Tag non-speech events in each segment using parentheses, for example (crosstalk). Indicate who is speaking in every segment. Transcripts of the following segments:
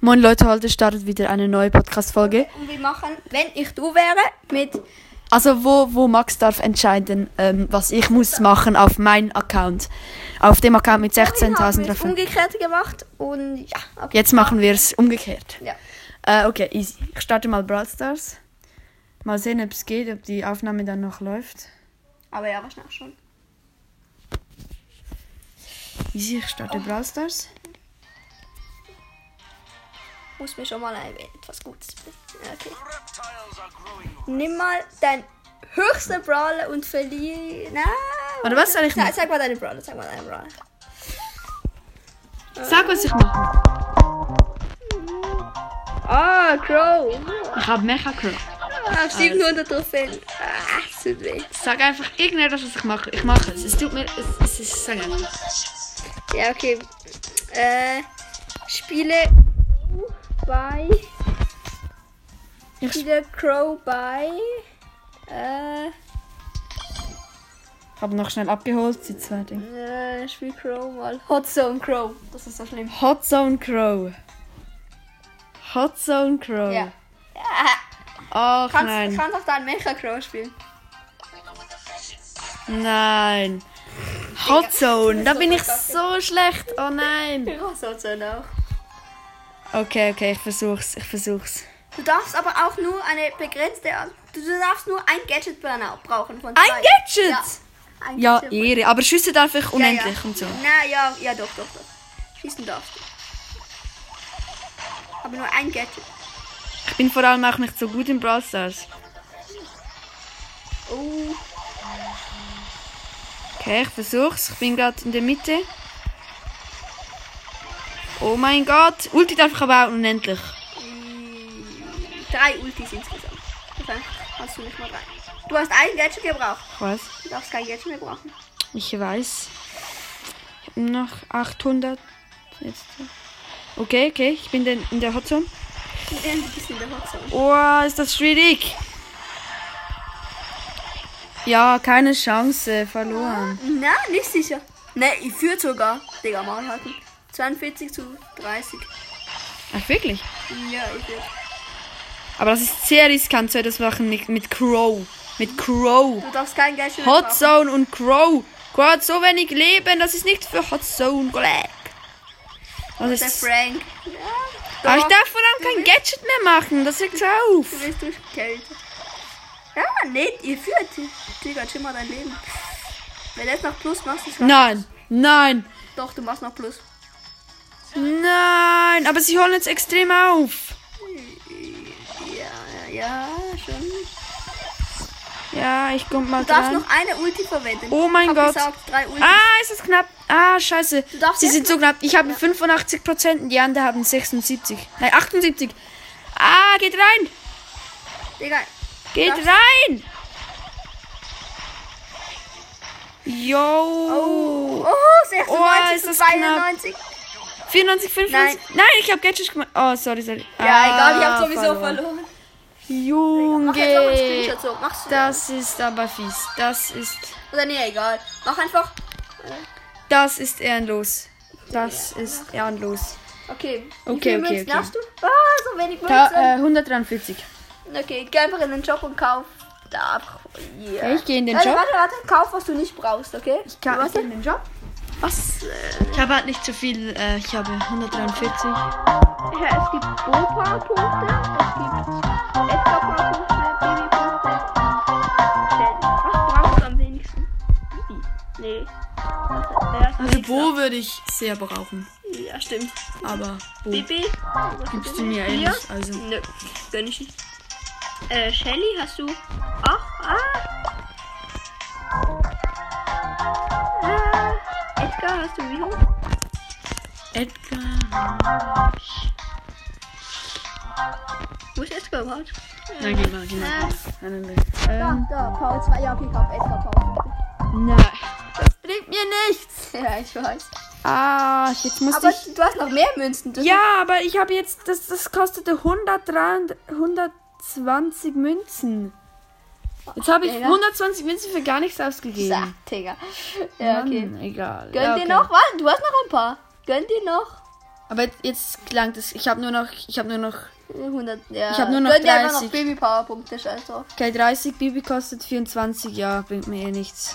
Speaker 1: Moin Leute, heute startet wieder eine neue Podcast-Folge.
Speaker 2: Und wir machen, wenn ich du wäre, mit.
Speaker 1: Also wo, wo Max darf entscheiden, ähm, was ich muss machen auf meinem Account. Auf dem Account mit
Speaker 2: Vorhin haben
Speaker 1: 16.000
Speaker 2: wir es
Speaker 1: Treffen.
Speaker 2: umgekehrt gemacht und ja. Okay.
Speaker 1: Jetzt machen wir es umgekehrt.
Speaker 2: Ja.
Speaker 1: Äh, okay, easy. Ich starte mal Brawl Stars. Mal sehen, ob es geht, ob die Aufnahme dann noch läuft.
Speaker 2: Aber ja, wahrscheinlich schon.
Speaker 1: Easy, ich starte Brawl Stars.
Speaker 2: Muss mir schon mal ein, etwas Gutes. Okay. Nimm mal deinen höchsten Brawler und verlier. Nein.
Speaker 1: Warte, was soll ich
Speaker 2: Sag,
Speaker 1: machen?
Speaker 2: sag mal deinen Brawler, sag mal deinen Brawler.
Speaker 1: Sag, was ich mache.
Speaker 2: Ah, Crow.
Speaker 1: Ich habe Mecha Crow.
Speaker 2: Auf 700 Ah, Trophäen. Ah, es tut weh.
Speaker 1: Sag einfach irgendetwas, was ich mache. Ich mache es. Es tut mir... Es, es ist... Sag einfach.
Speaker 2: Ja, okay. Äh, spiele bei.
Speaker 1: Ich-
Speaker 2: Spiele Crow bei. Äh,
Speaker 1: Ich habe noch schnell abgeholt, die zwei Dinge.
Speaker 2: äh, spiel Crow mal. Hot Zone Crow. Das ist so schlimm.
Speaker 1: Hot Zone Crow. Hot Zone Crow.
Speaker 2: Ja. ja.
Speaker 1: Ach
Speaker 2: Kannst,
Speaker 1: nein.
Speaker 2: kannst auch deinen Mecha Crow spielen. (laughs)
Speaker 1: Nein. Hot Zone. Da
Speaker 2: so
Speaker 1: bin ich
Speaker 2: kacke.
Speaker 1: so schlecht. Oh nein.
Speaker 2: Ja, Hot Zone auch.
Speaker 1: Okay, okay, ich versuch's. Ich versuch's.
Speaker 2: Du darfst aber auch nur eine begrenzte. An- Du darfst nur ein Gadget Burner brauchen von zwei.
Speaker 1: Ein Gadget!
Speaker 2: Ja. Ein
Speaker 1: Ja,
Speaker 2: Gadget-
Speaker 1: Ehre. Aber Schüsse darf ich
Speaker 2: Ja,
Speaker 1: unendlich
Speaker 2: ja.
Speaker 1: und so.
Speaker 2: Na ja, ja doch, doch, doch. Schießen darfst du. Aber nur ein Gadget.
Speaker 1: Ich bin vor allem auch nicht so gut in Brawl Stars.
Speaker 2: Oh,
Speaker 1: Okay, ich versuch's. Ich bin gerade in der Mitte. Oh mein Gott. Ulti darf ich aber auch unendlich.
Speaker 2: drei Ultis insgesamt. Okay, hast du nicht mal drei. Du hast ein Gadget gebraucht.
Speaker 1: Ich weiß.
Speaker 2: Du darfst kein Gadget mehr brauchen.
Speaker 1: Ich weiß. Ich habe noch 800. Jetzt. Okay, okay, ich bin denn in der Hotzone.
Speaker 2: Du bist in der Hotzone.
Speaker 1: Oh, ist das schwierig. Ja, keine Chance, verloren.
Speaker 2: Na, nicht sicher. Ne, ich führt sogar. Digga, mal halten. 42 zu 30.
Speaker 1: Ach, wirklich?
Speaker 2: Ja, ich will.
Speaker 1: Aber das ist sehr riskant, so etwas machen mit, mit Crow. Mit Crow.
Speaker 2: Du darfst kein Gadget mehr
Speaker 1: Hot
Speaker 2: brauchen.
Speaker 1: Zone und Crow. Crow hat so wenig Leben, das ist nicht für Hot Zone. Kollege. Das
Speaker 2: Der
Speaker 1: ist,
Speaker 2: Frank.
Speaker 1: aber ich
Speaker 2: Doch.
Speaker 1: darf vor allem kein Gadget mehr machen, das hört auf.
Speaker 2: Du bist durchgekillt. Ja, nee, ihr führt. Digga, chill mal dein Leben. Wenn du jetzt noch Plus machst, ist
Speaker 1: Nein, nein,
Speaker 2: Doch, du machst noch Plus.
Speaker 1: Nein, aber sie holen jetzt extrem auf.
Speaker 2: Ja, ja, schon. Du
Speaker 1: Ja, ich komm mal
Speaker 2: darfst
Speaker 1: dran.
Speaker 2: noch eine Ulti verwenden.
Speaker 1: Oh mein
Speaker 2: Hab
Speaker 1: Gott.
Speaker 2: Gesagt, drei Ulti.
Speaker 1: Ah, ist es knapp. Ah, scheiße.
Speaker 2: Du darfst
Speaker 1: Sie
Speaker 2: jetzt
Speaker 1: sind so knapp. Ich habe 85 Prozent und die anderen haben 76. Nein, 78. Ah, geht rein.
Speaker 2: Digga,
Speaker 1: Geht
Speaker 2: Darfst-
Speaker 1: rein. Yo.
Speaker 2: oh, 96
Speaker 1: Oh, ist
Speaker 2: zu
Speaker 1: das
Speaker 2: 92.
Speaker 1: 94, 95. Nein, ich habe Gadget gemacht. Oh, sorry, sorry.
Speaker 2: Ja, egal, ich
Speaker 1: Ah,
Speaker 2: hab sowieso verloren. Mach jetzt noch einen
Speaker 1: Junge.
Speaker 2: Screenshot so. Machst du
Speaker 1: Das ist aber fies. Das ist...
Speaker 2: Oder nee, egal. Mach einfach.
Speaker 1: Das ist ehrenlos. Das ist ehrenlos.
Speaker 2: Okay. Wie
Speaker 1: Okay, okay,
Speaker 2: viele Münzen
Speaker 1: okay.
Speaker 2: hast du? Ah, so wenig Münzen.
Speaker 1: Da, äh, 143.
Speaker 2: Okay, geh einfach in den Shop und kauf. Da. Yeah.
Speaker 1: Ja, ich geh in den
Speaker 2: warte,
Speaker 1: Shop.
Speaker 2: Warte, warte, kauf, was du nicht brauchst, okay? Ich
Speaker 1: Was
Speaker 2: Warte.
Speaker 1: in halt den Job?
Speaker 2: Was? Äh,
Speaker 1: Ich habe halt nicht so viel. Äh, ich habe 143.
Speaker 2: ja, es gibt Opa-Punkte, es gibt Edgar-Punkte, Baby-Punkte. Was brauchst du am wenigsten? Bibi? Nee. Wer ist
Speaker 1: Also
Speaker 2: nächster?
Speaker 1: Bo würde ich sehr brauchen.
Speaker 2: Ja, stimmt.
Speaker 1: Aber Bo
Speaker 2: Bibi? Was
Speaker 1: gibst
Speaker 2: ist
Speaker 1: du mir
Speaker 2: mit
Speaker 1: eh
Speaker 2: dir?
Speaker 1: nicht. Also
Speaker 2: Nö, gönn ich nicht. Äh, Shelly, hast du. Ach, ah! Ah, Edgar, hast du wie hoch?
Speaker 1: Edgar.
Speaker 2: Wo ist Edgar überhaupt?
Speaker 1: Nein, geh mal, geh mal. Nein, nein, nein.
Speaker 2: da, Paul 2, ja, okay, ich hab Edgar Paul.
Speaker 1: Ähm, nein.
Speaker 2: Das bringt mir nichts! (laughs) Ja, ich weiß.
Speaker 1: Ah, jetzt muss
Speaker 2: Aber
Speaker 1: ich.
Speaker 2: du hast noch mehr Münzen. Du
Speaker 1: Ja, aber ich habe jetzt. Das, das kostete 103, 120 Münzen. Jetzt habe ich
Speaker 2: Digga.
Speaker 1: 120 Münzen für gar nichts ausgegeben.
Speaker 2: Sag, Digga. Ja, okay.
Speaker 1: Mann, egal.
Speaker 2: Gönn
Speaker 1: ja,
Speaker 2: dir noch,
Speaker 1: okay.
Speaker 2: was? Du hast noch ein paar. Gönn dir noch.
Speaker 1: Aber jetzt, jetzt klang das. Ich habe nur noch. Ich habe nur noch.
Speaker 2: 100, ja.
Speaker 1: Ich hab nur noch
Speaker 2: Gönn dir einfach noch
Speaker 1: 30.
Speaker 2: Baby Powerpunkte, scheiße.
Speaker 1: Okay, 30 Bibi kostet 24. Ja, bringt mir eh nichts.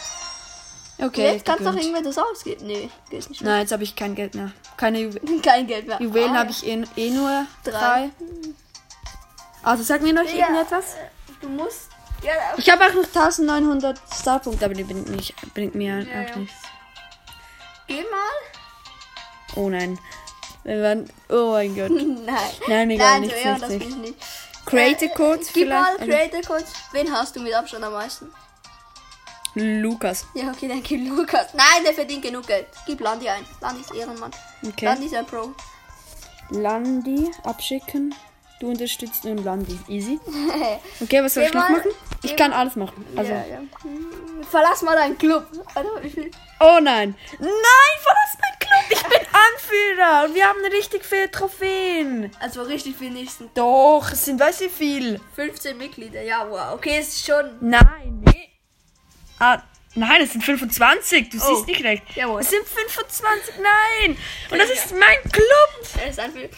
Speaker 1: Okay.
Speaker 2: jetzt kannst du doch
Speaker 1: gegönnt.
Speaker 2: irgendwer das ausgeben. Nee, geht nicht.
Speaker 1: Nein, jetzt habe ich kein Geld mehr. Keine Ju
Speaker 2: (laughs) Kein Geld mehr.
Speaker 1: Juwelen
Speaker 2: Ah,
Speaker 1: habe ich eh, eh nur
Speaker 2: Drei.
Speaker 1: drei. Also sag mir noch
Speaker 2: Ja.
Speaker 1: irgendetwas.
Speaker 2: äh, Du musst. Ja,
Speaker 1: Ich habe auch noch 1900 Starpunkte, aber die bringt, mich, bringt mir
Speaker 2: Ja,
Speaker 1: auch
Speaker 2: ja.
Speaker 1: nichts.
Speaker 2: geh mal. (laughs)
Speaker 1: Oh nein. Wir werden, oh mein (laughs) Gott.
Speaker 2: Nein.
Speaker 1: Nein, egal,
Speaker 2: Nein,
Speaker 1: nichts,
Speaker 2: ja,
Speaker 1: nichts,
Speaker 2: das will
Speaker 1: nichts.
Speaker 2: ich nicht.
Speaker 1: Creator Codes
Speaker 2: Gib mal
Speaker 1: vielleicht? Äh,
Speaker 2: Creator Codes. Wen hast du mit Abstand am meisten?
Speaker 1: Lukas.
Speaker 2: Ja, okay, dann gib Lukas. Nein, der verdient genug Geld. Gib Landi ein. Landi ist Ehrenmann.
Speaker 1: Okay.
Speaker 2: Landi ist ein Pro. (laughs)
Speaker 1: Landi abschicken. Du unterstützt nun Landi. Easy. Okay, was soll ich noch
Speaker 2: Immer-
Speaker 1: machen? Ich kann alles machen. Also.
Speaker 2: ja, ja. Hm, Verlass mal deinen Club. Warte, wie viel?
Speaker 1: Oh nein. Nein, verlass mein Club. Ich bin (laughs) Anführer. Und wir haben richtig viele Trophäen.
Speaker 2: Also richtig viel nächsten.
Speaker 1: Doch, es sind weiß ich viel.
Speaker 2: 15 Mitglieder. Ja, wow. Okay, es ist schon.
Speaker 1: Nein, nee. Ah, nein, es sind 25. Du siehst nicht recht.
Speaker 2: Jawohl.
Speaker 1: Es sind 25. Nein. Und das ist mein Club.
Speaker 2: Es ist ein viel.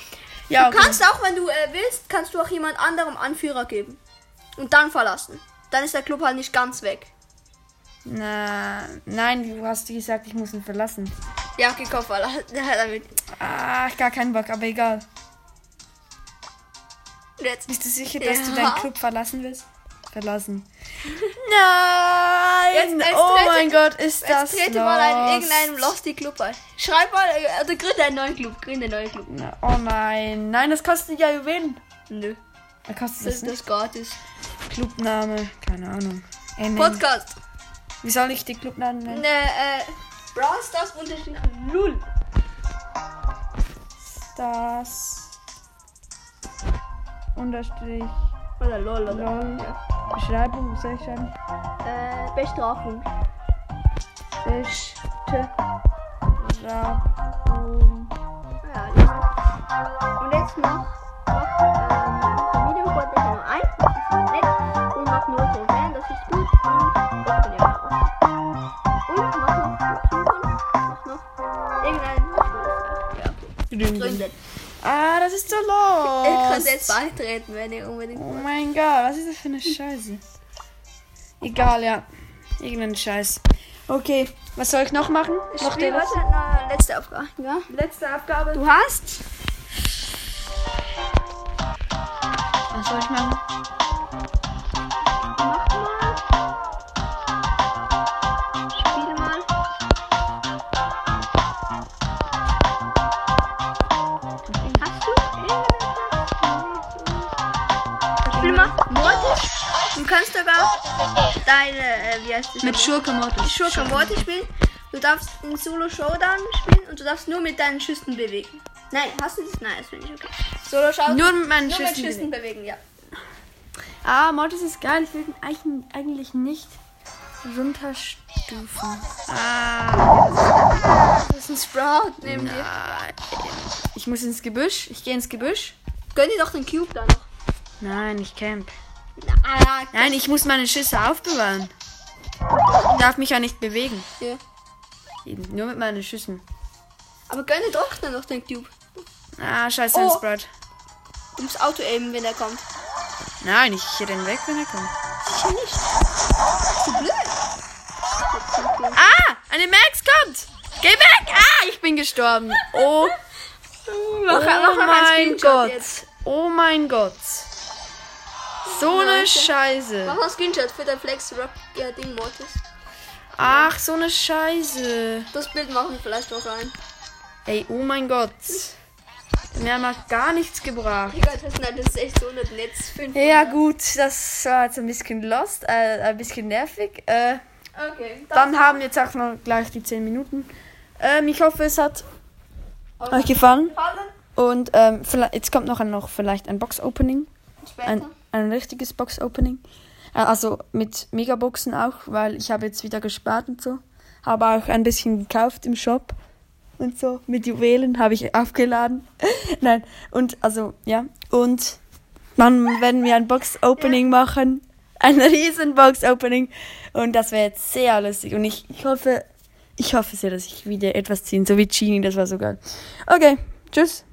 Speaker 1: Ja,
Speaker 2: Du kannst auch, wenn du äh, willst, kannst du auch jemand anderem Anführer geben. Und dann verlassen. Dann ist der Club halt nicht ganz weg.
Speaker 1: Na, nein, du hast gesagt, ich muss ihn verlassen.
Speaker 2: Ja, okay, komm, verlassen. (laughs) Ja, damit.
Speaker 1: Ah, gar keinen Bock, aber egal.
Speaker 2: Jetzt.
Speaker 1: Bist du sicher, dass du
Speaker 2: Ja.
Speaker 1: deinen Club verlassen willst? Verlassen. Nein!
Speaker 2: Jetzt- jetzt
Speaker 1: oh
Speaker 2: trete-
Speaker 1: mein Gott, ist das
Speaker 2: Jetzt trete mal einem,
Speaker 1: lost.
Speaker 2: irgendeinem Losty Club ein. Schreib mal, äh, oder gründe einen neuen Club. Gründe einen neuen Club.
Speaker 1: Na, Oh nein, nein, das kostet ja Juwelen.
Speaker 2: Nö.
Speaker 1: Da kostet
Speaker 2: Das
Speaker 1: das,
Speaker 2: ist
Speaker 1: nicht.
Speaker 2: das gratis.
Speaker 1: Clubname, keine Ahnung. Äh, nee.
Speaker 2: Podcast.
Speaker 1: Wie soll ich die Clubnamen nennen?
Speaker 2: Ne, äh, Brawl Stars unterstrich Lul.
Speaker 1: Das. Unterstrich.
Speaker 2: Oder lol, oder?
Speaker 1: Lol.
Speaker 2: Ja.
Speaker 1: Beschreibung, was soll ich schreiben?
Speaker 2: Äh, Bestrafung.
Speaker 1: Beschreibung.
Speaker 2: Ja, ja. Und jetzt noch, noch ähm, Video kommt jetzt nur ein, das ist nett. Und noch nur zu sehen, das ist gut. Und das bin ich auch. Und noch noch suchen, noch noch irgendein Ja, okay. Gründet.
Speaker 1: Ah, das ist so
Speaker 2: Ihr könnt jetzt
Speaker 1: los.
Speaker 2: beitreten, wenn ihr unbedingt
Speaker 1: Oh mein Gott, was ist das für eine Scheiße? Egal, ja. Irgendein Scheiß. Okay, was soll ich noch machen? Noch
Speaker 2: Spiel,
Speaker 1: den
Speaker 2: was hat eine letzte Aufgabe? Ja?
Speaker 1: letzte Aufgabe.
Speaker 2: Du hast?
Speaker 1: Was soll ich machen?
Speaker 2: Mach mal. Spiele mal. Hast du irgendetwas? Spiel mal. Mortis. Du kannst sogar deine, äh, wie heißt das?
Speaker 1: Mit Schurke Mortis.
Speaker 2: Schurke Mortis spielen. Du darfst in Solo Showdown spielen und du darfst nur mit deinen Schüssen bewegen. Nein, hast du das? Nein, das finde ich okay. Solo Showdown.
Speaker 1: Nur mit meinen
Speaker 2: nur
Speaker 1: Schüssen.
Speaker 2: mit Schüssen bewegen, ja.
Speaker 1: Ah, Mortis ist geil. Ich will ihn eigentlich- eigentlich nicht runterstufen. Ah,
Speaker 2: Das ist ein Sprout neben dir.
Speaker 1: nein. Ich muss ins Gebüsch. Ich gehe ins Gebüsch.
Speaker 2: Gönn dir doch den Cube da noch.
Speaker 1: Nein, ich camp.
Speaker 2: Na,
Speaker 1: Nein, ich muss meine Schüsse aufbewahren. Ich darf mich ja nicht bewegen.
Speaker 2: Ja.
Speaker 1: Eben, nur mit meinen Schüssen.
Speaker 2: Aber gönn dir doch dann noch den Cube.
Speaker 1: Ah, scheiße,
Speaker 2: Oh.
Speaker 1: ein Sprout.
Speaker 2: Du musst Auto aimen, wenn er kommt.
Speaker 1: Nein, ich renn weg, wenn er kommt.
Speaker 2: Sicher nicht. Zu blöd.
Speaker 1: Ah, eine Max kommt! Geh weg! Ah, ich bin gestorben. Oh,
Speaker 2: Mach,
Speaker 1: oh mein Gott. Oh mein Gott. So eine
Speaker 2: Leute. Mach
Speaker 1: Scheiße.
Speaker 2: mal einen Screenshot für dein Flex Rock ja, Ding Mortis.
Speaker 1: Ach, so eine Scheiße.
Speaker 2: Das Bild machen wir vielleicht noch rein.
Speaker 1: Ey, oh mein Gott. Mir hat gar nichts gebracht.
Speaker 2: Digga, das, nein, halt, das ist echt so nicht Netz. 500.
Speaker 1: Ja gut, das war jetzt ein bisschen lost, äh, ein bisschen nervig. Äh,
Speaker 2: Okay.
Speaker 1: dann haben wir jetzt auch noch gleich die 10 Minuten. Ähm, ich hoffe, es hat euch gefallen.
Speaker 2: Fallen.
Speaker 1: Und ähm, vielleicht, jetzt kommt noch ein, noch vielleicht ein Box-Opening.
Speaker 2: Später.
Speaker 1: Ein, ein richtiges Box-Opening. Äh, Also mit Megaboxen auch, weil ich habe jetzt wieder gespart und so. Habe auch ein bisschen gekauft im Shop und so. Mit Juwelen habe ich aufgeladen. (laughs) Nein, und also, ja. Und dann werden wir ein Box-Opening machen. Ein riesen Box-Opening. Und das wäre jetzt sehr lustig. Und ich, ich hoffe, ich hoffe sehr, dass ich wieder etwas ziehen. So wie Genie, das war so geil. Okay, tschüss.